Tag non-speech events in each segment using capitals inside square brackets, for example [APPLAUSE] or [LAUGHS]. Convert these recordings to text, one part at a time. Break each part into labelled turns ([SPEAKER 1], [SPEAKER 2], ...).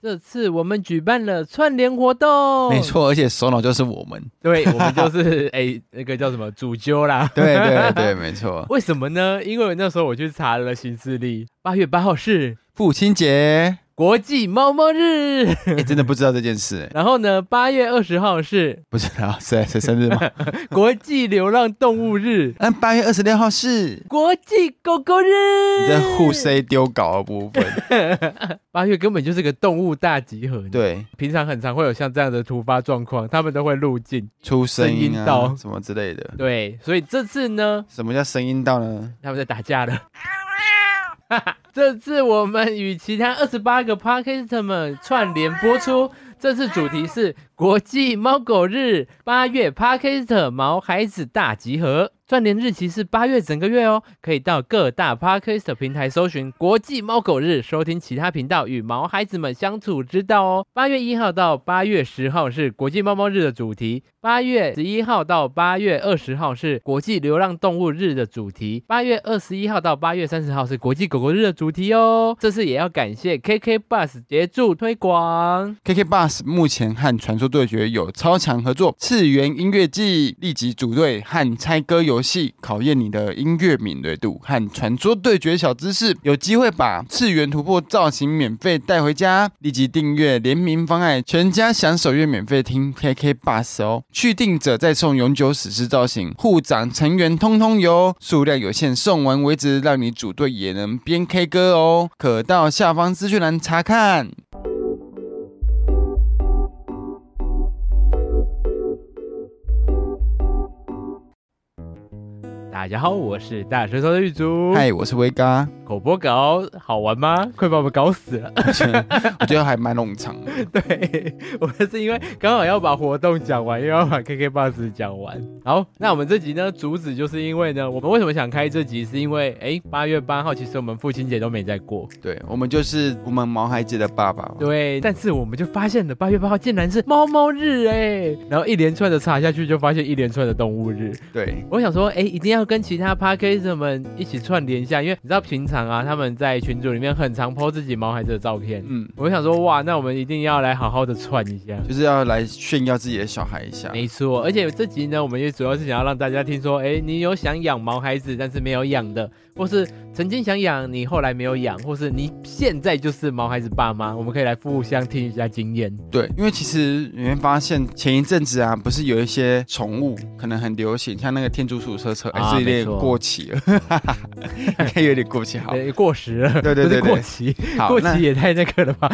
[SPEAKER 1] 这次我们举办了串联活动，
[SPEAKER 2] 没，错，而且首脑就是我们。
[SPEAKER 1] [LAUGHS] 对我们就是 [LAUGHS] 哎、那个叫什么主揪啦。
[SPEAKER 2] [LAUGHS] 对对对，没错，
[SPEAKER 1] [LAUGHS] 为什么呢？因为那时候我去查了行事历，八月八号是
[SPEAKER 2] 父
[SPEAKER 1] [LAUGHS]
[SPEAKER 2] 亲节、
[SPEAKER 1] 国际猫猫
[SPEAKER 2] [LAUGHS]
[SPEAKER 1] 日，
[SPEAKER 2] 哎真的不知道这件事、哎
[SPEAKER 1] 然后呢，八月二十号是
[SPEAKER 2] 不知道谁谁生日
[SPEAKER 1] [LAUGHS]
[SPEAKER 2] 吗？，
[SPEAKER 1] 国际流浪动物日
[SPEAKER 2] 嗯，八月二十六号是。
[SPEAKER 1] 国际狗狗日。
[SPEAKER 2] 你在互 C 丢稿的部分，
[SPEAKER 1] 八月根本就是个动物大集合。，
[SPEAKER 2] 对，
[SPEAKER 1] 平常很常会有像这样的突发状况，他们都会入境。
[SPEAKER 2] 出声音
[SPEAKER 1] 声音道
[SPEAKER 2] 啊，什么之类的。
[SPEAKER 1] 对，所以这次呢，
[SPEAKER 2] 什么叫声音道呢？
[SPEAKER 1] 他们在打架了。 [LAUGHS] 这次我们与其他二十八个 p o d c a s t 们串联播出。这次主题是国际猫狗日，八月 p o d c a s t 毛孩子大集合。串联日期是八月整个月哦，可以到各大 p o d c a s t 平台搜寻“国际猫狗日”，收听其他频道与毛孩子们相处之道哦。八月一号到八月十号是国际猫猫日的主题，八月十一号到八月二十号是国际流浪动物日的主题，八月二十一号到八月三十号是国际狗狗日的主题哦。这次也要感谢 KK Bus 协助推广。
[SPEAKER 2] KK Bus 目前和传说对决有超强合作，次元音乐季立即组队和猜歌游戏，考验你的音乐敏锐度和传说对决小知识，有机会把次元突破造型免费带回家。立即订阅联名方案，全家享首月免费听 KK Bus 哦。续订者再送永久史诗造型，护长成员通通有哦，数量有限，送完为止，让你组队也能边 K 歌哦。可到下方资讯栏查看。
[SPEAKER 1] 大家好，我是大舌头的玉竹。
[SPEAKER 2] 嗨，我是威嘎。
[SPEAKER 1] 口播稿好玩吗？快把我们搞死了。
[SPEAKER 2] 我觉得还蛮冗长的。
[SPEAKER 1] [LAUGHS] 对，我是因为刚好要把活动讲完，又要把 KK Bus 讲完。好，那我们这集呢，主旨就是因为呢，我们为什么想开这集，是因为哎，八月八号其实我们父亲节都没在过，
[SPEAKER 2] 对，我们就是我们毛孩子的爸爸嘛。
[SPEAKER 1] 对，但是我们就发现了八月八号竟然是猫猫日哎、然后一连串的查下去，就发现一连串的动物日。
[SPEAKER 2] 对
[SPEAKER 1] 我想说，哎、一定要跟其他 p a r k e r 们一起串联一下，因为你知道平常啊，他们在群组里面很常 po 自己毛孩子的照片。
[SPEAKER 2] 嗯，
[SPEAKER 1] 我想说，哇，那我们一定要来好好的串一下。
[SPEAKER 2] 就是要来炫耀自己的嗯小孩一下。
[SPEAKER 1] 没错，而且这集呢，我们也主要是想要让大家听说，哎，你有想养毛孩子但是没有养的，或是曾经想养你后来没有养，或是你现在就是毛孩子爸妈，我们可以来互相听一下经验。
[SPEAKER 2] 对，因为其实你会发现前一阵子啊，不是有一些宠物可能很流行，像那个天竺鼠车车，还、
[SPEAKER 1] 啊
[SPEAKER 2] 是有
[SPEAKER 1] 没
[SPEAKER 2] 点
[SPEAKER 1] 错
[SPEAKER 2] 过期了， [LAUGHS] 应该有点过期。好，
[SPEAKER 1] 对，过时了，
[SPEAKER 2] 对对
[SPEAKER 1] 不是
[SPEAKER 2] 对
[SPEAKER 1] 过
[SPEAKER 2] 对
[SPEAKER 1] 期，
[SPEAKER 2] 好，
[SPEAKER 1] 过
[SPEAKER 2] 那
[SPEAKER 1] 期也太那个了吧？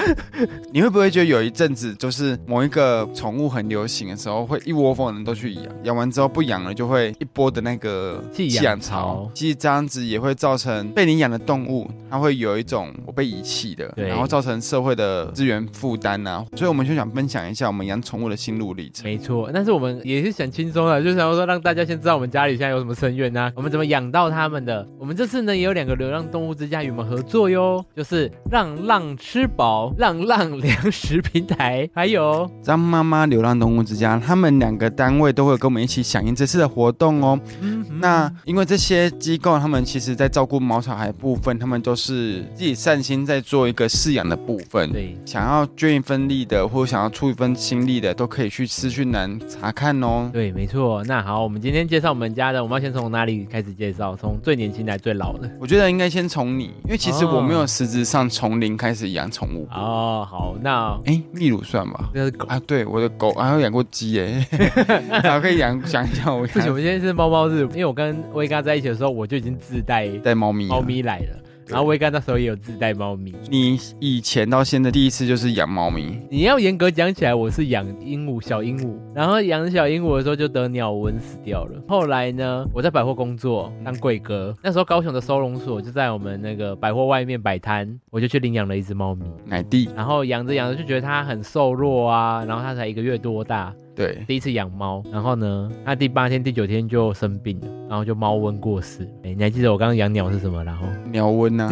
[SPEAKER 2] 你会不会觉得有一阵子就是某一个宠物很流行的时候，会一窝蜂的人都去养，养完之后不养了，就会一波的那个
[SPEAKER 1] 弃养潮
[SPEAKER 2] 其实这样子也会造成被你养的动物，它会有一种我被遗弃的，
[SPEAKER 1] 对
[SPEAKER 2] 然后造成社会的资源负担呐。所以我们就想分享一下我们养宠物的心路历程。
[SPEAKER 1] 没错，但是我们也是想轻松的，就想要说让大家先知道我们家里现在有什么成员啊，我们怎么养到他们的。我们这次呢也有两个流浪动物之家与我们合作哟，就是让浪吃饱、浪浪粮食平台，还有
[SPEAKER 2] 张妈妈流浪动物之家，他们两个单位都会跟我们一起响应这次的活动哦。
[SPEAKER 1] 嗯嗯
[SPEAKER 2] 那因为这些机构，他们其实在照顾毛小孩部分，他们都是自己善心在做一个饲养的部分。
[SPEAKER 1] 对，
[SPEAKER 2] 想要捐一份力的，或者想要出一份心力的，都可以去资讯栏查看哦。
[SPEAKER 1] 对，没错。那好，我们今天介绍我们家的，我们要先从哪里开始介绍？从最年轻来最老的。
[SPEAKER 2] 我觉得应该先从你，因为其实
[SPEAKER 1] 哦
[SPEAKER 2] 我没有实质上从零开始养宠物。
[SPEAKER 1] 哦，好，那
[SPEAKER 2] 哎、秘鲁算吧。
[SPEAKER 1] 那是狗。
[SPEAKER 2] 啊，对，我的狗还有养过鸡耶，还可以养想一下我
[SPEAKER 1] [LAUGHS] 不行，
[SPEAKER 2] 养
[SPEAKER 1] 我现在是 [LAUGHS] 猫猫日，因为我跟威嘎在一起的时候，我就已经自带
[SPEAKER 2] 带猫咪啊。
[SPEAKER 1] 猫咪来了，然后威嘎那时候也有自带猫咪。
[SPEAKER 2] 你以前到现在第一次就是养猫咪，
[SPEAKER 1] 你要严格讲起来，我是养鹦鹉，小鹦鹉，然后养小鹦鹉的时候就得鸟瘟死掉了。后来呢，我在百货工作当柜哥，那时候高雄的收容所就在我们那个百货外面摆摊，我就去领养了一只猫咪。
[SPEAKER 2] 奶弟，
[SPEAKER 1] 然后养着养着就觉得它很瘦弱啊，然后它才一个月多大，
[SPEAKER 2] 对，
[SPEAKER 1] 第一次养猫，然后呢，它第八天、第九天就生病了，然后就猫瘟过世。哎，你还记得我刚刚养鸟是什么？然后
[SPEAKER 2] 鸟瘟呐、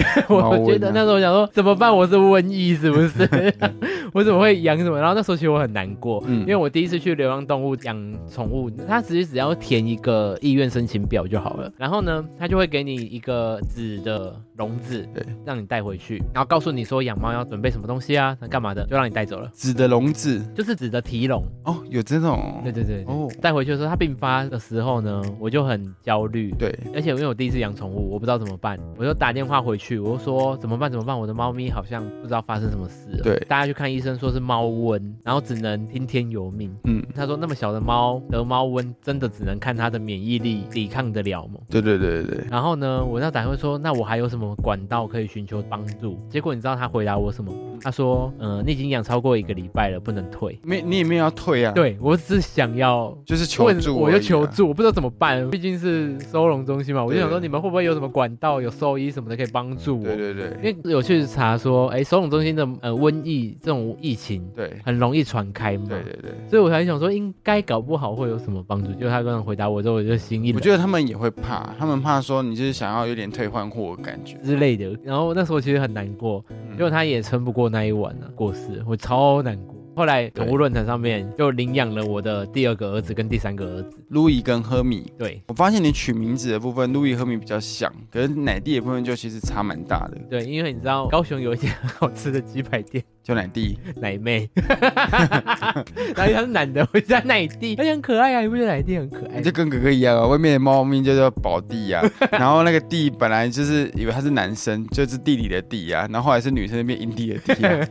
[SPEAKER 1] [LAUGHS]
[SPEAKER 2] 啊，
[SPEAKER 1] 我觉得那时候我想说怎么办？我是瘟疫是不是？ [LAUGHS] 我怎么会养什么？然后那时候其实我很难过，
[SPEAKER 2] 嗯
[SPEAKER 1] 因为我第一次去流浪动物养宠物，它其实只要填一个意愿申请表就好了。然后呢，它就会给你一个纸的笼子
[SPEAKER 2] 对，
[SPEAKER 1] 让你带回去，然后告诉你说养猫要准备什么东西啊，干嘛的，就让你带走了，
[SPEAKER 2] 纸的笼子
[SPEAKER 1] 就是纸的提笼。
[SPEAKER 2] 哦，有这种
[SPEAKER 1] 对对对对
[SPEAKER 2] 哦，
[SPEAKER 1] 带回去的时候，它病发的时候呢，我就很焦虑。
[SPEAKER 2] 对，
[SPEAKER 1] 而且因为我第一次养宠物，我不知道怎么办，我就打电话回去，我就说怎么办怎么办，我的猫咪好像不知道发生什么事了。
[SPEAKER 2] 对
[SPEAKER 1] 大家去看医生说是猫瘟，然后只能听天由命。
[SPEAKER 2] 嗯，
[SPEAKER 1] 他说那么小的猫得猫瘟，真的只能看它的免疫力抵抗得了吗？
[SPEAKER 2] 对对对对对，
[SPEAKER 1] 然后呢，我那打会说，那我还有什么管道可以寻求帮助？结果你知道他回答我什么
[SPEAKER 2] 嗯
[SPEAKER 1] 吗？他说，呃，你已经养超过一个礼拜了，不能退。
[SPEAKER 2] 没你也没有要退啊，，
[SPEAKER 1] 对我只是想要
[SPEAKER 2] 就是求助而已啊，
[SPEAKER 1] 我就求助，我不知道怎么办，毕竟是收容中心嘛，我就
[SPEAKER 2] 对
[SPEAKER 1] 想说你们会不会有什么管道、有兽医什么的可以帮助我？
[SPEAKER 2] 对，对对
[SPEAKER 1] 因为有去查说，哎，收容中心的呃瘟疫这种疫情
[SPEAKER 2] 对
[SPEAKER 1] 很容易传开嘛，
[SPEAKER 2] 对对对，
[SPEAKER 1] 所以我才想说应该搞不好会有什么帮助。就他刚刚回答我之后，我就心一
[SPEAKER 2] 我
[SPEAKER 1] 冷
[SPEAKER 2] 觉得他们也会怕，他们怕说你就是想要有点退换货的感觉，
[SPEAKER 1] 之类的，然后那时候其实很难过，
[SPEAKER 2] 嗯
[SPEAKER 1] 结果他也撑不过那一晚呢、啊，过世，我超难过。后来宠物论坛上面就领养了我的第二个儿子跟第三个儿子，
[SPEAKER 2] 路易跟赫米
[SPEAKER 1] 对，
[SPEAKER 2] 我发现你取名字的部分，路易和米比较像，可是奶弟的部分就其实差蛮大的。
[SPEAKER 1] 对，因为你知道高雄有一间很好吃的鸡排店，
[SPEAKER 2] 就奶弟，
[SPEAKER 1] 奶
[SPEAKER 2] [LAUGHS]
[SPEAKER 1] 妹，然后他是男的，我叫奶弟，而且很可爱啊，你不觉得奶弟很可爱
[SPEAKER 2] 你？就跟哥哥一样啊，外面的猫咪就叫宝
[SPEAKER 1] [LAUGHS]
[SPEAKER 2] 弟啊，然后那个弟本来就是以为他是男生，就是弟弟的弟啊，然后后来是女生那边阴弟的弟、啊，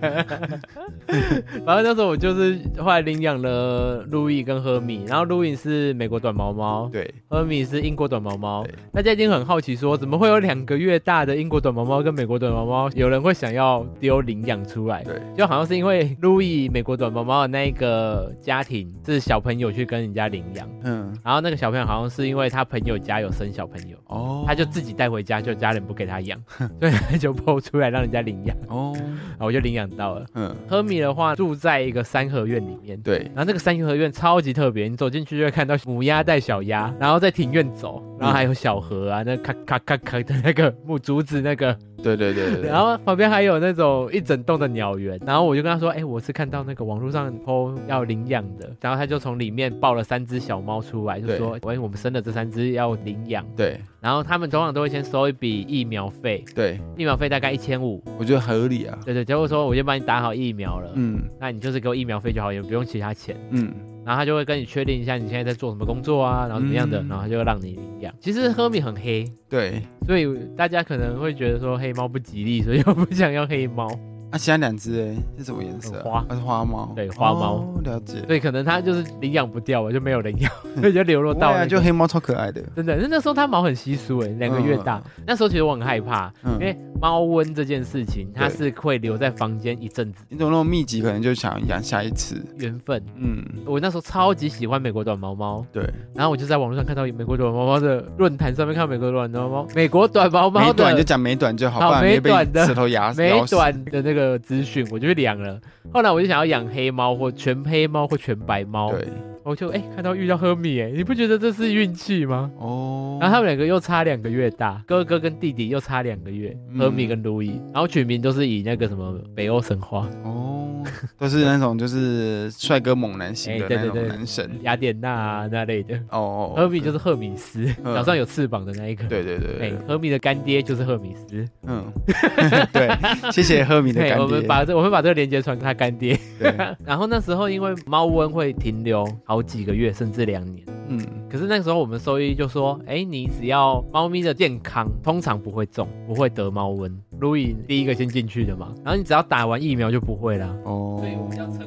[SPEAKER 1] 反正那时候我就是后来领养了路易跟赫米，然后路易是美国短毛猫，
[SPEAKER 2] 对，
[SPEAKER 1] 赫米是英国短毛猫
[SPEAKER 2] 对。
[SPEAKER 1] 大家一定很好奇说，怎么会有两个月大的英国短毛猫跟美国短毛猫，有人会想要丢领养出来？
[SPEAKER 2] 对，
[SPEAKER 1] 就好像是因为路易美国短毛猫的那一个家庭是小朋友去跟人家领养。
[SPEAKER 2] 嗯，
[SPEAKER 1] 然后那个小朋友好像是因为他朋友家有生小
[SPEAKER 2] [LAUGHS]
[SPEAKER 1] 朋友，
[SPEAKER 2] 哦，
[SPEAKER 1] 他就自己带回家，就家人不给他养， [LAUGHS] 所以他就剖出来让人家领养，
[SPEAKER 2] 哦，
[SPEAKER 1] 然后我就领养到了。
[SPEAKER 2] 嗯，
[SPEAKER 1] 科米的话住在一个三合院里面，
[SPEAKER 2] 对，
[SPEAKER 1] 然后那个三合院超级特别，你走进去就会看到母鸭带小
[SPEAKER 2] 嗯
[SPEAKER 1] 鸭，然后在庭院走，然后还有小河啊，那咔咔咔咔的那个木竹子那个，
[SPEAKER 2] 对对对对对，
[SPEAKER 1] 然后旁边还有那种一整栋的鸟园，然后我就跟他说，哎，我是看到那个网络上 PO 要领养的，然后他就从里面抱了三只小猫出来，就
[SPEAKER 2] 对
[SPEAKER 1] 说，喂，我们生了这三只要领养，
[SPEAKER 2] 对
[SPEAKER 1] 然后他们通常都会先收一笔疫苗费，
[SPEAKER 2] 对，
[SPEAKER 1] 疫苗费大概一千五，
[SPEAKER 2] 我觉得合理啊，
[SPEAKER 1] 对对，结果说我就帮你打好疫苗了，
[SPEAKER 2] 嗯
[SPEAKER 1] 那你就是给我疫苗费就好，也不用其他钱。
[SPEAKER 2] 嗯，
[SPEAKER 1] 然后他就会跟你确定一下你现在在做什么工作啊，然后怎么样的，
[SPEAKER 2] 嗯
[SPEAKER 1] 然后他就会让你领养。其实赫米很黑，
[SPEAKER 2] 对，
[SPEAKER 1] 所以大家可能会觉得说黑猫不吉利，所以我不想要黑
[SPEAKER 2] [LAUGHS]
[SPEAKER 1] 猫。
[SPEAKER 2] 啊，其他两只哎是什么颜色、啊？
[SPEAKER 1] 花
[SPEAKER 2] 它是花猫，
[SPEAKER 1] 对花猫
[SPEAKER 2] 哦，了解。
[SPEAKER 1] 所以可能它就是领养不掉啊，就没有人要，
[SPEAKER 2] [LAUGHS]
[SPEAKER 1] 所以就流落
[SPEAKER 2] 不会
[SPEAKER 1] 到、
[SPEAKER 2] 啊，
[SPEAKER 1] 那
[SPEAKER 2] 就嗯
[SPEAKER 1] 个。
[SPEAKER 2] 黑猫超可爱的，
[SPEAKER 1] 真的，那那时候它毛很稀疏哎、两个月大。那时候其实我很害怕，
[SPEAKER 2] 嗯
[SPEAKER 1] 因为猫瘟这件事情，它是会留在房间一阵子，
[SPEAKER 2] 你怎么那么密集，可能就想养下一次。
[SPEAKER 1] 缘分。
[SPEAKER 2] 嗯，
[SPEAKER 1] 我那时候超级喜欢美国短毛猫，
[SPEAKER 2] 对，
[SPEAKER 1] 然后我就在网络上看到美国短毛猫的论坛上面看到美国短毛猫，美国短毛猫
[SPEAKER 2] 美短就
[SPEAKER 1] 的
[SPEAKER 2] 讲美短就好，
[SPEAKER 1] 好
[SPEAKER 2] 不然
[SPEAKER 1] 美
[SPEAKER 2] 没被
[SPEAKER 1] 短的
[SPEAKER 2] 舌头牙
[SPEAKER 1] 美
[SPEAKER 2] 咬死。嗯
[SPEAKER 1] 短的那个资讯，我就去养了。后来我就想要养黑猫或全黑猫或全白猫，
[SPEAKER 2] 对，
[SPEAKER 1] 我就哎、看到遇到赫米哎，你不觉得这是运气吗？
[SPEAKER 2] 哦，
[SPEAKER 1] 然后他们两个又差两个月大，哥哥跟弟弟又差两个月，
[SPEAKER 2] 嗯
[SPEAKER 1] 赫米跟路易，然后取名都是以那个什么北欧神话
[SPEAKER 2] 哦，都是那种就是帅哥猛男型的
[SPEAKER 1] 哎对
[SPEAKER 2] 那
[SPEAKER 1] 对
[SPEAKER 2] 种
[SPEAKER 1] 对
[SPEAKER 2] 男神。
[SPEAKER 1] 雅典娜啊那类的。
[SPEAKER 2] 哦，
[SPEAKER 1] 赫米就是赫米斯，
[SPEAKER 2] 嗯
[SPEAKER 1] 脚上有翅膀的那一个。
[SPEAKER 2] 对对对
[SPEAKER 1] 哎
[SPEAKER 2] 对，，
[SPEAKER 1] 赫米的干爹就是赫米斯。
[SPEAKER 2] 嗯， [LAUGHS] 对，谢谢赫敏的
[SPEAKER 1] 对，
[SPEAKER 2] 干
[SPEAKER 1] 我们
[SPEAKER 2] 爹。
[SPEAKER 1] 把这我们把这个链接传给他干爹。 [LAUGHS]
[SPEAKER 2] [LAUGHS] 对，
[SPEAKER 1] 然后那时候因为猫瘟会停留好几个月，甚至两年。
[SPEAKER 2] 嗯，
[SPEAKER 1] 可是那个时候我们兽医就说，哎，你只要猫咪的健康，通常不会中，不会得猫瘟。路易第一个先进去的嘛，然后你只要打完疫苗就不会啦。
[SPEAKER 2] 哦，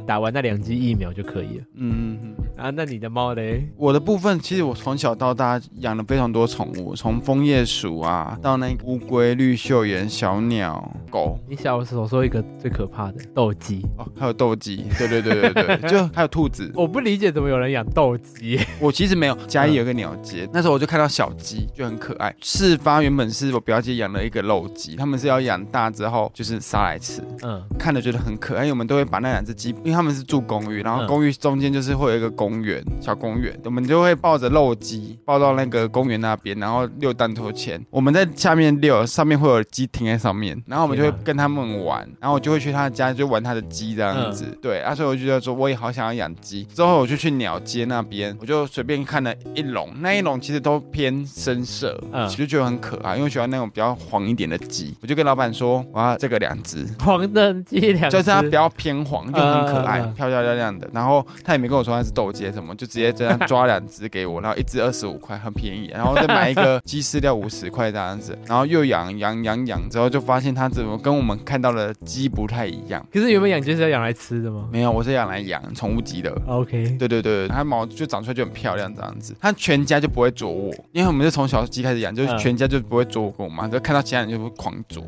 [SPEAKER 1] 打完那两剂疫苗就可以了。
[SPEAKER 2] 嗯嗯嗯，
[SPEAKER 1] 啊，那你的猫嘞？
[SPEAKER 2] 我的部分其实我从小到大养了非常多宠物，从枫叶鼠啊，到那个乌龟、绿袖眼、小鸟、狗，
[SPEAKER 1] 你小时候说一个最可怕的斗鸡，
[SPEAKER 2] 哦，还有斗鸡， [LAUGHS] 对对对对对， [LAUGHS] 就还有兔子。
[SPEAKER 1] 我不理解怎么有人养斗鸡。
[SPEAKER 2] 我其实没有，家里有个鸟街，那时候我就看到小鸡，就很可爱。事发原本是我表姐养了一个肉鸡，他们是要养大之后就是杀来吃，
[SPEAKER 1] 嗯，
[SPEAKER 2] 看了觉得很可爱。因为我们都会把那两只鸡，因为他们是住公寓，然后
[SPEAKER 1] 嗯
[SPEAKER 2] 公寓中间就是会有一个公园，小公园，我们就会抱着肉鸡抱到那个公园那边，然后溜荡秋千。我们在下面溜，上面会有鸡停在上面，然后我们就会
[SPEAKER 1] 天啊
[SPEAKER 2] 跟他们玩，然后我就会去他的家就玩他的鸡这样子。
[SPEAKER 1] 嗯
[SPEAKER 2] 对，啊，所以我就觉得说我也好想要养鸡。之后我就去鸟街那边，我就随便看了一笼，那一笼其实都偏深色，
[SPEAKER 1] 嗯
[SPEAKER 2] 其实觉得很可爱，因为我喜欢那种比较黄一点的鸡。我就跟老板说我要这个两只，
[SPEAKER 1] 黄灯鸡两只
[SPEAKER 2] 就是它比较偏黄，就很可爱
[SPEAKER 1] 嗯嗯嗯，
[SPEAKER 2] 漂漂亮亮的。然后他也没跟我说它是豆姐什么，就直接这样抓两只给我，然后一只二十五块，很便宜。然后再买一个鸡饲料五十块这样子，然后又养养养养之后，就发现它怎么跟我们看到的鸡不太一样。
[SPEAKER 1] 可是原本养鸡是要养来吃的吗
[SPEAKER 2] 没有，我是养来养宠物鸡的。
[SPEAKER 1] ？OK，
[SPEAKER 2] 对对对，它毛就长出来就很漂亮这样子，它全家就不会啄我，因为我们是从小鸡开始养，就是
[SPEAKER 1] 嗯
[SPEAKER 2] 全家就不会啄我跟我妈，就看到其他人就会狂啄，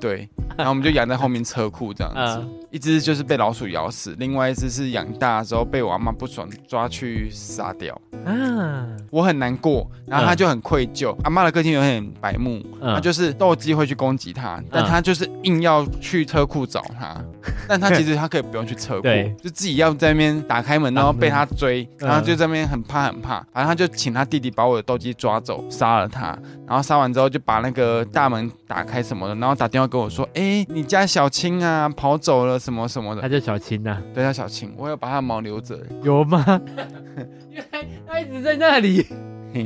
[SPEAKER 2] 对，然后我们就养在后面车库这样子，
[SPEAKER 1] 嗯
[SPEAKER 2] 一只就是被老鼠咬死，另外一只是养大的时候被我阿妈不爽抓去杀掉，
[SPEAKER 1] 啊，
[SPEAKER 2] 我很难过，然后他
[SPEAKER 1] 嗯
[SPEAKER 2] 就很愧疚，阿妈的个性有点白目，
[SPEAKER 1] 嗯
[SPEAKER 2] 他就是斗鸡会去攻击他，但
[SPEAKER 1] 嗯
[SPEAKER 2] 他就是硬要去车库找他，但他其实他可以不用去车
[SPEAKER 1] [LAUGHS]
[SPEAKER 2] 库
[SPEAKER 1] 对，
[SPEAKER 2] 就自己要在那边打开门，然后
[SPEAKER 1] 挡
[SPEAKER 2] 被他追，
[SPEAKER 1] 嗯
[SPEAKER 2] 然后就在那边很怕很怕，然后他就请他弟弟把我的斗鸡抓走，杀了他，然后杀完之后就把那个大门打开什么的，然后打电话跟我说，哎，你家小青啊跑走了什么什么的，
[SPEAKER 1] 它叫小青呐、
[SPEAKER 2] 对，叫小青，我要把它的毛留着，
[SPEAKER 1] 有 [LAUGHS] 吗？因为它它一直在那里，
[SPEAKER 2] 嘿，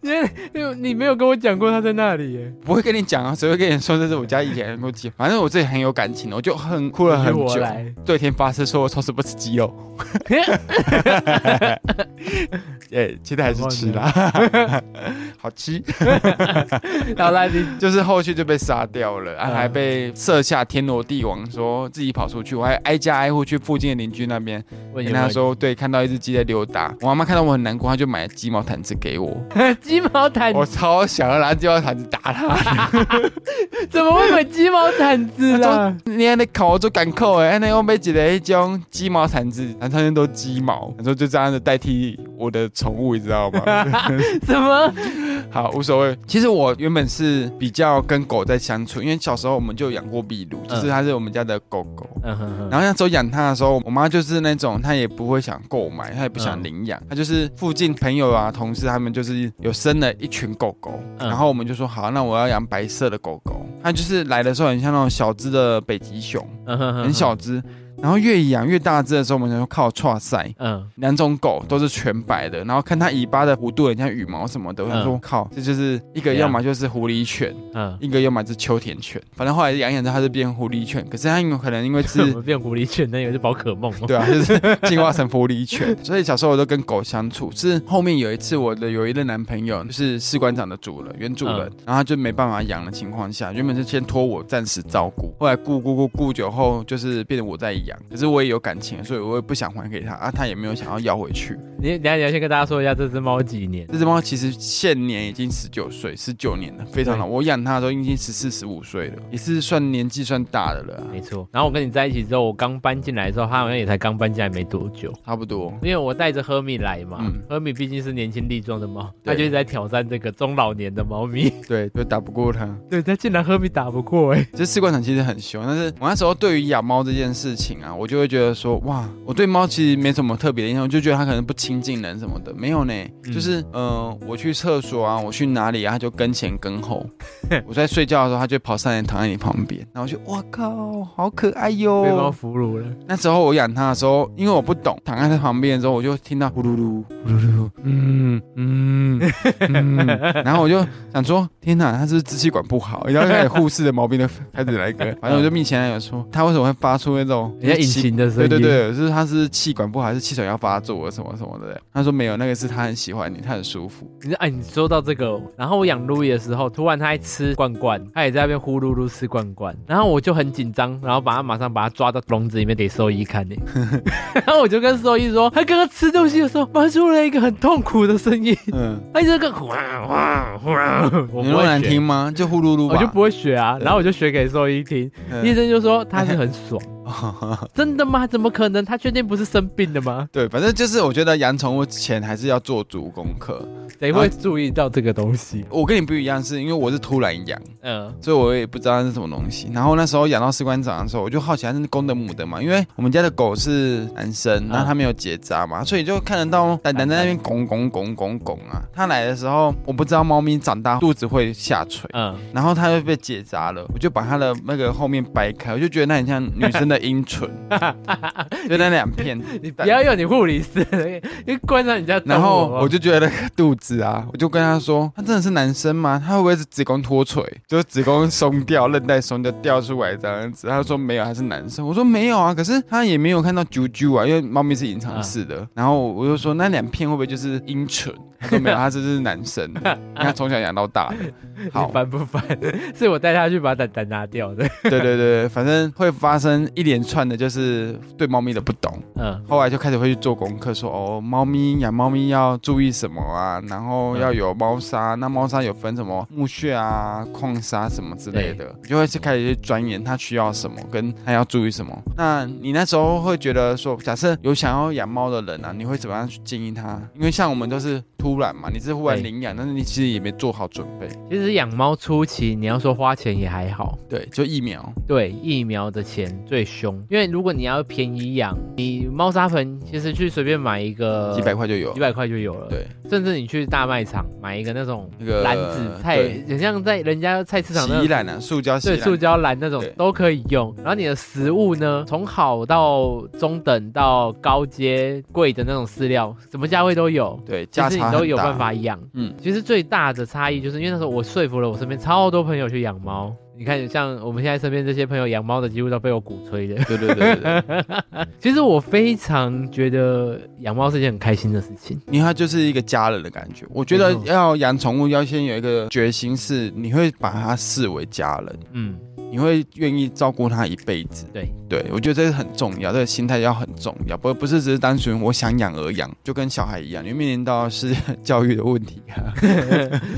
[SPEAKER 1] 因为因为你没有跟我讲过它在那里耶。
[SPEAKER 2] 不会跟你讲啊，只会跟你说这是我家以前的东西，反正我自己很有感情，我就很哭嗯啊了很
[SPEAKER 1] 由我
[SPEAKER 2] 久。
[SPEAKER 1] 来，
[SPEAKER 2] 对天发誓说我从此不吃鸡肉。 [LAUGHS] 哎、其实还是吃啦，好吃。
[SPEAKER 1] 老来你 [LAUGHS]
[SPEAKER 2] 就是后续就被杀掉了，啊、
[SPEAKER 1] 嗯
[SPEAKER 2] 还被设下天罗地网，说自己跑出去，我还挨家挨户去附近的邻居那边
[SPEAKER 1] 问
[SPEAKER 2] 跟
[SPEAKER 1] 有没有
[SPEAKER 2] 他说，对，看到一只鸡在溜达。我妈妈看到我很难过，她就买了鸡毛掸子给我，
[SPEAKER 1] 鸡毛掸
[SPEAKER 2] 我超想要拿鸡毛掸子打它。
[SPEAKER 1] 怎么会买鸡毛掸子啦？
[SPEAKER 2] 你安尼考我做干扣哎，那我买一个迄种鸡毛掸子，然后上面都鸡毛，然后就这样子代替我的宠物，你知道吗？
[SPEAKER 1] [LAUGHS] 怎么？
[SPEAKER 2] 好，无所谓。其实我原本是比较跟狗在相处，因为小时候我们就养过壁炉，就是它是我们家的狗狗。
[SPEAKER 1] 嗯哼哼
[SPEAKER 2] 然后那时候养它的时候，我妈就是那种她也不会想购买，她也不想
[SPEAKER 1] 嗯
[SPEAKER 2] 领养，她就是附近朋友啊、同事他们就是有生了一群狗狗，
[SPEAKER 1] 嗯
[SPEAKER 2] 然后我们就说好，那我要养白色的狗狗。它就是来的时候很像那种小只的北极熊，
[SPEAKER 1] 嗯哼哼
[SPEAKER 2] 很，小只，然后越养越大只的时候，我们想说靠，哇塞，
[SPEAKER 1] 嗯，
[SPEAKER 2] 两种狗都是全白的，然后看它尾巴的弧度很像羽毛什么的，我想说
[SPEAKER 1] 嗯啊
[SPEAKER 2] 靠，这就是一个
[SPEAKER 1] 怎样
[SPEAKER 2] 要么就是狐狸犬，
[SPEAKER 1] 嗯，
[SPEAKER 2] 一个要么是秋田犬，反正后来养一养着它就变狐狸犬，可是它有可能因
[SPEAKER 1] [LAUGHS]
[SPEAKER 2] 为是
[SPEAKER 1] 我变狐狸犬，那以为是宝可梦哦。
[SPEAKER 2] 对啊，就是 [LAUGHS] 进化成狐狸犬。所以小时候我都跟狗相处。是后面有一次，我的有一任男朋友就是士官长的主人，原主人，
[SPEAKER 1] 嗯
[SPEAKER 2] 然后他就没办法养的情况下，原本是先托我暂时照顾，后来顾顾顾顾久后，就是变成我在养。可是我也有感情，所以我也不想还给他啊，他也没有想要要回去。
[SPEAKER 1] 你等一下你要先跟大家说一下这只猫几年？
[SPEAKER 2] 这只猫其实现年已经十九岁，十九年了，非常老。我养它的时候已经十四十五岁了，也是算年纪算大的了啊、
[SPEAKER 1] 没错。然后我跟你在一起之后，我刚搬进来的时候，它好像也才刚搬进来没多久。
[SPEAKER 2] 差不多。
[SPEAKER 1] 因为我带着赫米来嘛
[SPEAKER 2] 嗯，
[SPEAKER 1] 赫米毕竟是年轻力壮的猫，
[SPEAKER 2] 对
[SPEAKER 1] 它就一直在挑战这个中老年的猫
[SPEAKER 2] [LAUGHS]
[SPEAKER 1] 咪。
[SPEAKER 2] 对，就打不过它。
[SPEAKER 1] 对，它竟然赫米打不过哎、
[SPEAKER 2] 这士官长其实很凶，但是我那时候对于养猫这件事情啊，我就会觉得说，哇，我对猫其实没什么特别的印象，我就觉得它可能不亲近人什么的，没有呢，
[SPEAKER 1] 嗯
[SPEAKER 2] 就是嗯、呃我去厕所啊，我去哪里啊，它就跟前
[SPEAKER 1] [LAUGHS]
[SPEAKER 2] 跟后，我在睡觉的时候，它就跑上来躺在你旁边，然后我就哇靠，好可爱
[SPEAKER 1] 被猫
[SPEAKER 2] 哟。
[SPEAKER 1] 俘虏了。
[SPEAKER 2] 那时候我养它的时候，因为我不懂，躺在它旁边的时候，我就听到呼噜噜呼噜噜，嗯嗯嗯， [LAUGHS] 然后我就想说，天哪，它是不是支气管不好？然后开始护士的毛病都开始来一个， [LAUGHS] 反正我就密前男友说，它为什么会发出那种
[SPEAKER 1] 人家引
[SPEAKER 2] 奇
[SPEAKER 1] 擎的声
[SPEAKER 2] 对
[SPEAKER 1] 音，
[SPEAKER 2] 对，对，就是他是气管不好，还是气喘要发作什么什么的？他说没有，那个是他很喜欢你，他很舒 [LAUGHS] 服。
[SPEAKER 1] 你说哎，你说到这个，然后我养路易的时候，突然它在吃罐罐，它也在那边呼噜噜吃罐罐，然后我就很紧张，然后把它马上把它抓到笼子里面给兽医看呢。
[SPEAKER 2] [LAUGHS]
[SPEAKER 1] 然后我就跟兽医说，它刚刚吃东西的时候发出了一个很痛苦的声音，
[SPEAKER 2] 嗯，
[SPEAKER 1] 它一直在跟呼啦呼啦呼啦，我不
[SPEAKER 2] 你那么
[SPEAKER 1] 会
[SPEAKER 2] 难
[SPEAKER 1] 学
[SPEAKER 2] 听。吗？就呼噜噜吧，
[SPEAKER 1] 我就不会学啊，
[SPEAKER 2] 对
[SPEAKER 1] 然后我就学给兽医听，
[SPEAKER 2] 嗯 [LAUGHS]
[SPEAKER 1] 医生就说它是很爽，真的吗？怎么可能？他确定不是生病的吗？
[SPEAKER 2] 对，反正就是我觉得养宠物前还是要做足功课。
[SPEAKER 1] 谁
[SPEAKER 2] 啊
[SPEAKER 1] 会注意到这个东西？
[SPEAKER 2] 我跟你不一样，是因为我是突然养，
[SPEAKER 1] 嗯，
[SPEAKER 2] 所以我也不知道它是什么东西。然后那时候养到士官长的时候，我就好奇它是公的母的嘛，因为我们家的狗是男生，然后它没有结扎嘛，所以就看得到蛋蛋在那边拱拱拱拱拱啊。它来的时候，我不知道猫咪长大肚子会下垂。
[SPEAKER 1] 嗯，
[SPEAKER 2] 然后它就被结扎了，我就把它的那个后面掰开，我就觉得那很像女生的阴唇，就那两片。
[SPEAKER 1] 你不要用你护理师，你观察人家动物
[SPEAKER 2] [LAUGHS]
[SPEAKER 1] 哦
[SPEAKER 2] 然
[SPEAKER 1] 好不好。
[SPEAKER 2] 后我就觉得那个肚子啊，我就跟他说，他真的是男生吗？他会不会是子宫脱垂，就是子宫松掉，韧带松掉掉出来这样子？他说没有，他是男生。我说没有啊，可是他也没有看到啾啾啊，因为猫咪是隐藏式的。然后我就说那两片会不会就是阴唇？他说没有，他这是男生，他从小养到大的。好
[SPEAKER 1] [LAUGHS] 你，烦不烦？是我带他去把胆胆拿掉的。 [LAUGHS]
[SPEAKER 2] 对对对对，反正会发生一连串的，就是对猫咪的不懂。
[SPEAKER 1] 嗯，
[SPEAKER 2] 后来就开始会去做功课，说哦，猫咪养猫咪要注意什么啊，
[SPEAKER 1] 嗯
[SPEAKER 2] 然后要有猫砂，那猫砂有分什么木屑啊、矿砂什么之类的，你就会去开始去钻研它需要什么，跟它要注意什么。那你那时候会觉得说，假设有想要养猫的人啊，你会怎么样去建议他？因为像我们都是突然嘛，你是忽然
[SPEAKER 1] 对
[SPEAKER 2] 领养，但是你其实也没做好准备，
[SPEAKER 1] 其实养猫初期，你要说花钱也还好。
[SPEAKER 2] 对，就疫苗，
[SPEAKER 1] 对，疫苗的钱最凶，因为如果你要便宜养，你猫砂盆其实去随便买一个
[SPEAKER 2] 几百块就有
[SPEAKER 1] 几，百块就有了。
[SPEAKER 2] 呃对，
[SPEAKER 1] 甚至你去大卖场买一个那种
[SPEAKER 2] 那个
[SPEAKER 1] 篮子菜，
[SPEAKER 2] 对
[SPEAKER 1] 很像在人家菜市场那
[SPEAKER 2] 洗衣
[SPEAKER 1] 种。
[SPEAKER 2] 篮啊，塑胶洗衣
[SPEAKER 1] 对，塑
[SPEAKER 2] 篮，
[SPEAKER 1] 胶篮那种
[SPEAKER 2] 对
[SPEAKER 1] 都可以用。然后你的食物呢，从好到中等到高阶贵的那种饲料，什么价位都有。
[SPEAKER 2] 对，
[SPEAKER 1] 其
[SPEAKER 2] 价
[SPEAKER 1] 实你
[SPEAKER 2] 差
[SPEAKER 1] 都
[SPEAKER 2] 很
[SPEAKER 1] 有
[SPEAKER 2] 大
[SPEAKER 1] 办法养。
[SPEAKER 2] 嗯
[SPEAKER 1] 嗯，其实最大的差异就是因为那时候我说服了我身边超多朋友去养猫。你看，像我们现在身边这些朋友养猫的，几乎都被我鼓吹的。 [LAUGHS]
[SPEAKER 2] 对对对对对。
[SPEAKER 1] 其实我非常觉得养猫是一件很开心的事情。
[SPEAKER 2] 因为它就是一个家人的感觉。我觉得
[SPEAKER 1] 没错
[SPEAKER 2] 要养宠物，要先有一个决心，是你会把它视为家人，
[SPEAKER 1] 嗯，
[SPEAKER 2] 你会愿意照顾它一辈子。
[SPEAKER 1] 对，
[SPEAKER 2] 对我觉得这是很重要，这个心态要很重要，不不是只是单纯我想养而养，就跟小孩一样，你面临到是教育的问
[SPEAKER 1] [LAUGHS]
[SPEAKER 2] 题
[SPEAKER 1] 嗯
[SPEAKER 2] 啊。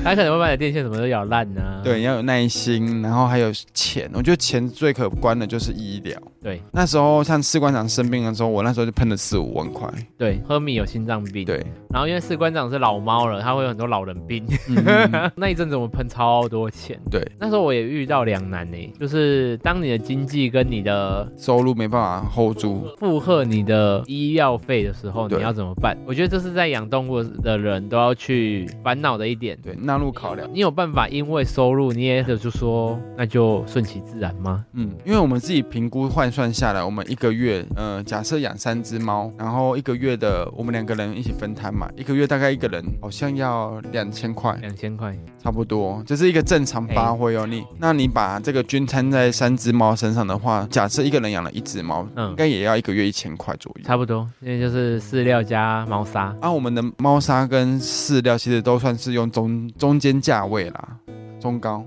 [SPEAKER 1] 它可能会把你的电线什么都咬烂啊。
[SPEAKER 2] 对，你要有耐心，然后还有钱。我觉得钱最可观的就是医疗。
[SPEAKER 1] 对
[SPEAKER 2] 那时候像士官长生病的时候，我那时候就喷了四五万块。
[SPEAKER 1] 对，赫米有心脏病， [LAUGHS]
[SPEAKER 2] 对，
[SPEAKER 1] 然后因为士官长是老猫了，它会有很多老人病。
[SPEAKER 2] 嗯
[SPEAKER 1] 那一阵子我喷超多钱，
[SPEAKER 2] 对，
[SPEAKER 1] 那时候我也遇到两难呢、就是当你的经济跟你的
[SPEAKER 2] 收入没办法 hold 住。
[SPEAKER 1] 负荷你的医药费的时候，
[SPEAKER 2] 对
[SPEAKER 1] 你要怎么办？我觉得这是在养动物的人都要去烦恼的一点。
[SPEAKER 2] 对，纳入考量。
[SPEAKER 1] 你有办法因为收入，你也就说那就顺其自然吗？
[SPEAKER 2] 嗯，因为我们自己评估换算下来，我们一个月，呃，假设养三只猫，然后一个月的我们两个人一起分摊嘛，一个月大概一个人好像要两千块，
[SPEAKER 1] 两千块，
[SPEAKER 2] 差不多，这是一个正常发挥哦。你，那你把这个均摊在三只猫身上的话，假设一个人养了一只猫，应
[SPEAKER 1] 嗯，
[SPEAKER 2] 该也要一个月一千块左右。
[SPEAKER 1] 差不多，那就是饲料加猫砂。
[SPEAKER 2] 啊，我们的猫砂跟饲料其实都算是用中中间价位啦，中高，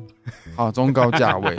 [SPEAKER 2] 好、中高价位，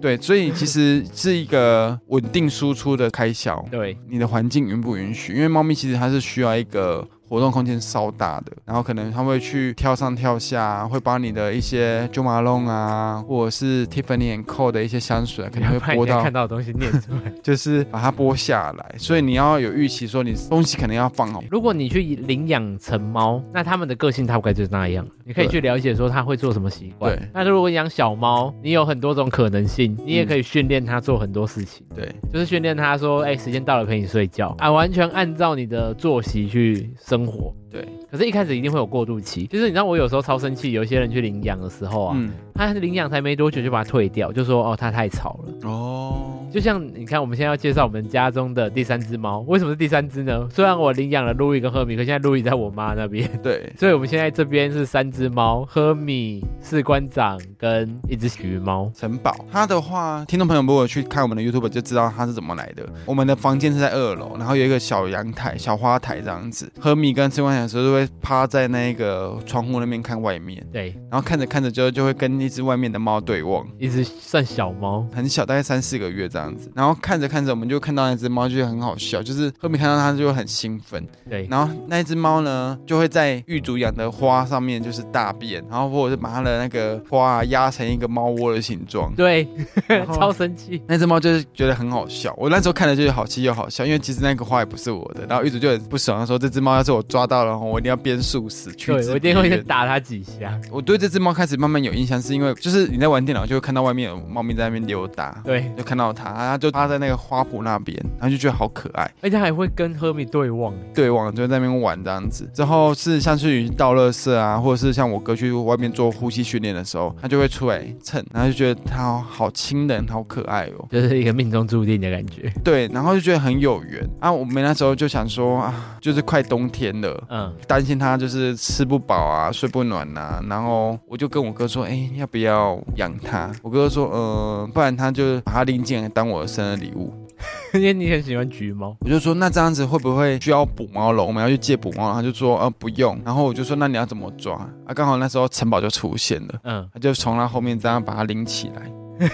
[SPEAKER 2] 对，所以其实是一个稳定输出的开销。
[SPEAKER 1] 对，
[SPEAKER 2] 你的环境允不允许？因为猫咪其实它是需要一个活动空间稍大的，然后可能它会去跳上跳下，啊会把你的一些 Jo Malone 啊，或者是 Tiffany and Co 的一些香水啊，可能会
[SPEAKER 1] 把
[SPEAKER 2] 播
[SPEAKER 1] 你
[SPEAKER 2] 到
[SPEAKER 1] 看，到的东西念出来。
[SPEAKER 2] 就是把它播下来。所以你要有预期，说你东西可能要放好。
[SPEAKER 1] 如果你去领养成猫，那它们的个性大概就是那样，你可以
[SPEAKER 2] 对
[SPEAKER 1] 去了解说它会做什么习惯
[SPEAKER 2] 对。
[SPEAKER 1] 那如果养小猫，你有很多种可能性，你也
[SPEAKER 2] 嗯
[SPEAKER 1] 可以训练它做很多事情。
[SPEAKER 2] 对，
[SPEAKER 1] 就是训练它说，哎、时间到了陪你睡觉
[SPEAKER 2] 嗯
[SPEAKER 1] 啊，完全按照你的作息去生活。
[SPEAKER 2] 对，
[SPEAKER 1] 可是，一开始一定会有过渡期。就是你知道，我有时候超生气，有一些人去领养的时候啊，
[SPEAKER 2] 嗯，
[SPEAKER 1] 他领养才没多久就把它退掉，就说哦，它太吵了。
[SPEAKER 2] 哦，
[SPEAKER 1] 就像你看，我们现在要介绍我们家中的第三只猫，为什么是第三只呢？虽然我领养了路易跟赫米，可现在路易在我妈那 [LAUGHS] 边，
[SPEAKER 2] 对，
[SPEAKER 1] 所以我们现在这边是三只猫：赫米、士官长跟一只橘猫。
[SPEAKER 2] 城堡，它的话，听众朋友如果去看我们的 YouTube 就知道它是怎么来的。我们的房间是在二楼，然后有一个小阳台、小花台这样子。和米跟吃完小时候就会趴在那个窗户那边看外面，
[SPEAKER 1] 对，
[SPEAKER 2] 然后看着看着就就会跟一只外面的猫对望，
[SPEAKER 1] 一只算小猫。
[SPEAKER 2] 很小，大概三四个月这样子。然后看着看着，我们就看到那只猫，就觉得很好笑，就是赫敏看到它就会很兴奋。
[SPEAKER 1] 对，
[SPEAKER 2] 然后那只猫呢，就会在玉竹养的花上面就是大便，然后或者是把它的那个花啊压成一个猫窝的形状。
[SPEAKER 1] 对，
[SPEAKER 2] 然后
[SPEAKER 1] 超生气。
[SPEAKER 2] 那只猫就是觉得很好笑，我那时候看了就是好气又好笑，因为其实那个花也不是我的，然后玉竹就很不爽，他说这只猫要是我抓到了，我一定要鞭数死，去
[SPEAKER 1] 对，
[SPEAKER 2] 之
[SPEAKER 1] 我一定会
[SPEAKER 2] 不
[SPEAKER 1] 去
[SPEAKER 2] 远
[SPEAKER 1] 打它几下。
[SPEAKER 2] 我对这只猫开始慢慢有印象，是因为就是你在玩电脑就会看到外面有猫咪在那边溜达，
[SPEAKER 1] 对，
[SPEAKER 2] 就看到它，它就趴在那个花圃那边，然后就觉得好可爱，
[SPEAKER 1] 而且还会跟赫敏对望。
[SPEAKER 2] 对往就在那边玩这样子。之后是像去倒垃圾啊，或者是像我哥去外面做呼吸训练的时候，它就会出来蹭，然后就觉得它好好亲人，好可爱哦。
[SPEAKER 1] 就是一个命中注定的感觉。
[SPEAKER 2] 对，然后就觉得很有缘啊。我们那时候就想说啊，就是快冬天了。
[SPEAKER 1] 嗯，
[SPEAKER 2] 担心它就是吃不饱啊，睡不暖呐、然后我就跟我哥说，哎、要不要养它？我哥说，呃，不然他就把它拎进来当我的生日礼物。
[SPEAKER 1] [LAUGHS] 因为你很喜欢橘猫，
[SPEAKER 2] 我就说，那这样子会不会需要捕猫笼？我们要去借捕猫笼？他就说，呃，不用。然后我就说，那你要怎么抓？啊，刚好那时候城堡就出现了，
[SPEAKER 1] 嗯，
[SPEAKER 2] 他就从他后面这样把它拎起来。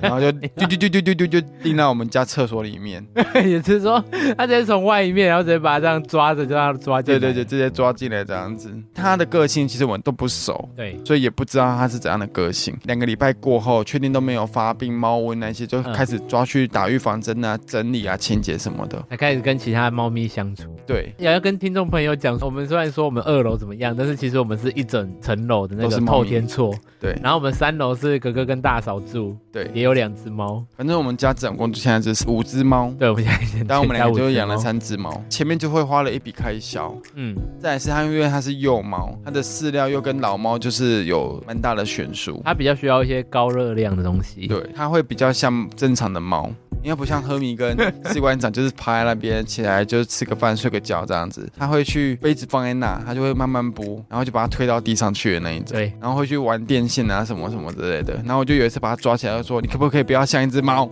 [SPEAKER 2] 然后就丢丢丢丢丢丢丢拎到我们家厕所里面，
[SPEAKER 1] [LAUGHS] 也是说它直接从外面，然后直接把它这样抓着，就让它抓进
[SPEAKER 2] 对
[SPEAKER 1] 来。
[SPEAKER 2] 对对，直接抓进来这样子。它的个性其实我们都不熟，
[SPEAKER 1] 对，
[SPEAKER 2] 所以也不知道它是怎样的个性。两个礼拜过后，确定都没有发病、猫瘟那些，就
[SPEAKER 1] 嗯
[SPEAKER 2] 开始抓去打预防针啊、整理啊、清洁什么的。
[SPEAKER 1] 才开始跟其他猫咪相处。
[SPEAKER 2] 对，
[SPEAKER 1] 也要跟听众朋友讲，我们虽然说我们二楼怎么样，但是其实我们是一整层楼的那
[SPEAKER 2] 都
[SPEAKER 1] 个
[SPEAKER 2] 是猫咪
[SPEAKER 1] 透天厝，
[SPEAKER 2] 对
[SPEAKER 1] 然后我们三楼是哥哥跟大嫂住，
[SPEAKER 2] 对，
[SPEAKER 1] 也有两只猫。
[SPEAKER 2] 反正我们家总共现在就是五只猫，
[SPEAKER 1] 对，我们现在先
[SPEAKER 2] 但我们两个就
[SPEAKER 1] 家五只
[SPEAKER 2] 养了
[SPEAKER 1] 猫，
[SPEAKER 2] 三只猫，前面就会花了一笔开销。
[SPEAKER 1] 嗯，
[SPEAKER 2] 再来是它，因为它是幼猫，它的饲料又跟老猫就是有蛮大的悬殊。
[SPEAKER 1] 它比较需要一些高热量的东西。
[SPEAKER 2] 对，它会比较像正常的猫，应该不像赫米跟士官长，就是趴在那边起来就吃个饭睡个觉这样子。它会去杯子放在那，它就会慢慢拨，然后就把它推到地上去的那一种。
[SPEAKER 1] 对， [LAUGHS]
[SPEAKER 2] 然后会去玩电线啊什么什么之类的。然后我就有一次把它抓起来，就说：“你可不可以不要像一只猫？”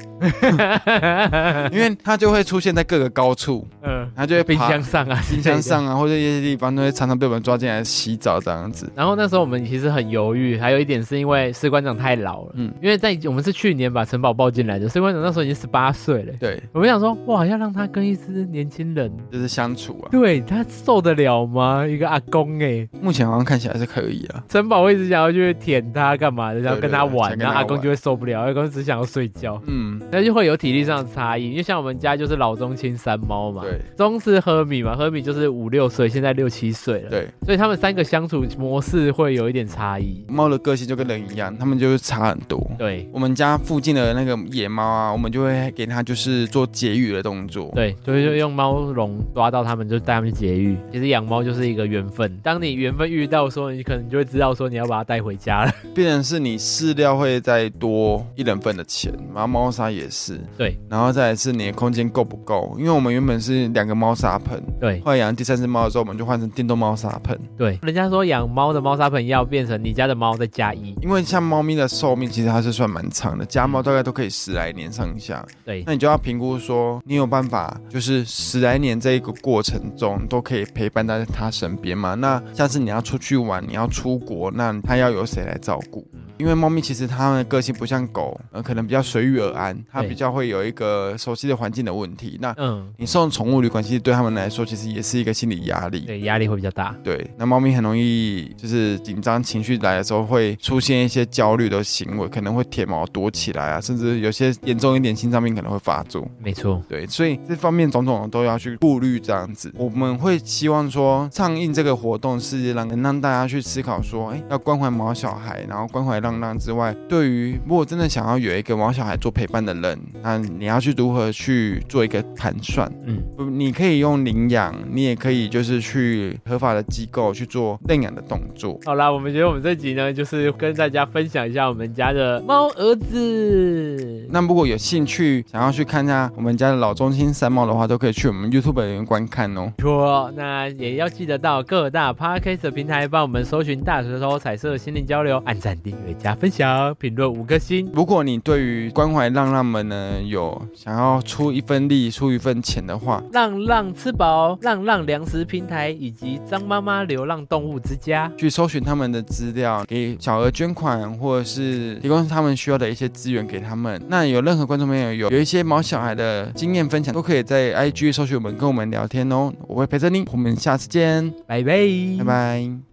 [SPEAKER 2] 因为它就会出现在各个高处，
[SPEAKER 1] 嗯，
[SPEAKER 2] 它就会
[SPEAKER 1] 冰
[SPEAKER 2] 爬
[SPEAKER 1] 箱上啊，
[SPEAKER 2] 冰箱。上啊，或者一些地方都会常常被我们抓进来洗澡这样子。
[SPEAKER 1] 然后那时候我们其实很犹豫，还有一点是因为士官长太老了，
[SPEAKER 2] 嗯
[SPEAKER 1] 嗯，因为在我们是去年把城堡抱进来的，士官长那时候已经十八岁了。
[SPEAKER 2] 对，
[SPEAKER 1] 我们想说，哇，要让他跟一只年轻人，
[SPEAKER 2] 就是相处啊。
[SPEAKER 1] 对他受得了吗？一个阿公哎、
[SPEAKER 2] 目前好像看起来是可以啊。
[SPEAKER 1] 城堡会一直想要去舔他干嘛的，然后跟他玩，
[SPEAKER 2] 对对对
[SPEAKER 1] 然后阿
[SPEAKER 2] 想跟他玩
[SPEAKER 1] 公就会受不了，阿公只想要睡觉，
[SPEAKER 2] 嗯，
[SPEAKER 1] 那就会有体力上的差异。因为像我们家就是老中青三猫嘛，
[SPEAKER 2] 对
[SPEAKER 1] 中是赫米嘛，赫米就是五六岁，现在六七岁了，
[SPEAKER 2] 对。
[SPEAKER 1] 所以他们三个相处模式会有一点差异。
[SPEAKER 2] 猫的个性就跟人一样，它们就是差很多。
[SPEAKER 1] 对
[SPEAKER 2] 我们家附近的那个野猫啊，我们就会给它就是做节育的动作。
[SPEAKER 1] 对，就是用猫笼抓到他们，就带他们去绝育。其实养猫就是一个缘分，当你缘分遇到的时候，你可能就会知道说你要把它带回家了。 [LAUGHS]
[SPEAKER 2] 变成是你饲料会再多一人份的钱，然后猫砂也是。
[SPEAKER 1] 对，
[SPEAKER 2] 然后再来是你的空间够不够？因为我们原本是两个猫砂盆，
[SPEAKER 1] 对
[SPEAKER 2] 后来养第三只猫的时候，我们就换成电动猫砂盆。
[SPEAKER 1] 对，人家说养猫的猫砂盆要变成你家的猫再加一。
[SPEAKER 2] 因为像猫咪的寿命其实它是算蛮长的，家猫大概都可以十来年上下。
[SPEAKER 1] 对
[SPEAKER 2] 那你就要评估说，你有办法就是十来年这一个过程中都可以陪伴在它身边吗？那下次你要出去玩，你要出国，那它要由谁来照顾？因为猫咪其实它们的个性不像狗，呃，可能比较随遇而安，它
[SPEAKER 1] 对
[SPEAKER 2] 比较会有一个熟悉的环境的问题。那
[SPEAKER 1] 嗯，
[SPEAKER 2] 你送宠物旅馆，其实对它们来说，其实也是一个心理压力。
[SPEAKER 1] 对，压力会比较大。
[SPEAKER 2] 对，那猫咪很容易就是紧张情绪来的时候会出现一些焦虑的行为，可能会舔毛躲起来啊，甚至有些严重一点心脏病可能会发作。
[SPEAKER 1] 没错，
[SPEAKER 2] 对，所以这方面种种的都要去顾虑，这样子，我们会希望说，上映这个活动是让能让大家去思考说，哎，要关怀毛小孩，然后关怀浪浪之外，对于如果真的想要有一个毛小孩做陪伴的人，那你要去如何去做一个盘算？
[SPEAKER 1] 嗯，
[SPEAKER 2] 不你可以用领养，你也可以就是去合法的机构去做认养的动作。
[SPEAKER 1] 好啦，我们觉得我们这集呢，就是跟大家分享一下我们家的猫儿子。
[SPEAKER 2] 那如果有兴趣想要去看一下我们家的老中青山猫的话，都可以去我们 YouTube 里面观看哦。
[SPEAKER 1] 没错，那也要记得到各大 podcast 的平台帮我们搜寻“大舌头彩色心灵交流”，按赞、订阅、加分享、评论五颗星。
[SPEAKER 2] 如果你对于关怀浪浪们呢有想要出一份力、出一份钱的话，
[SPEAKER 1] 浪浪吃饱、浪浪粮食平台以及张妈妈流浪动物之家，
[SPEAKER 2] 去搜寻他们的资料，给小额捐款，或者是提供他们需要的一些资源给他们。那有任何观众朋友有有一些毛小孩的经验分享，都可以在 IG 搜寻我们，跟我们聊天哦。我会陪着你，我们下次见，
[SPEAKER 1] 拜拜，
[SPEAKER 2] 拜拜。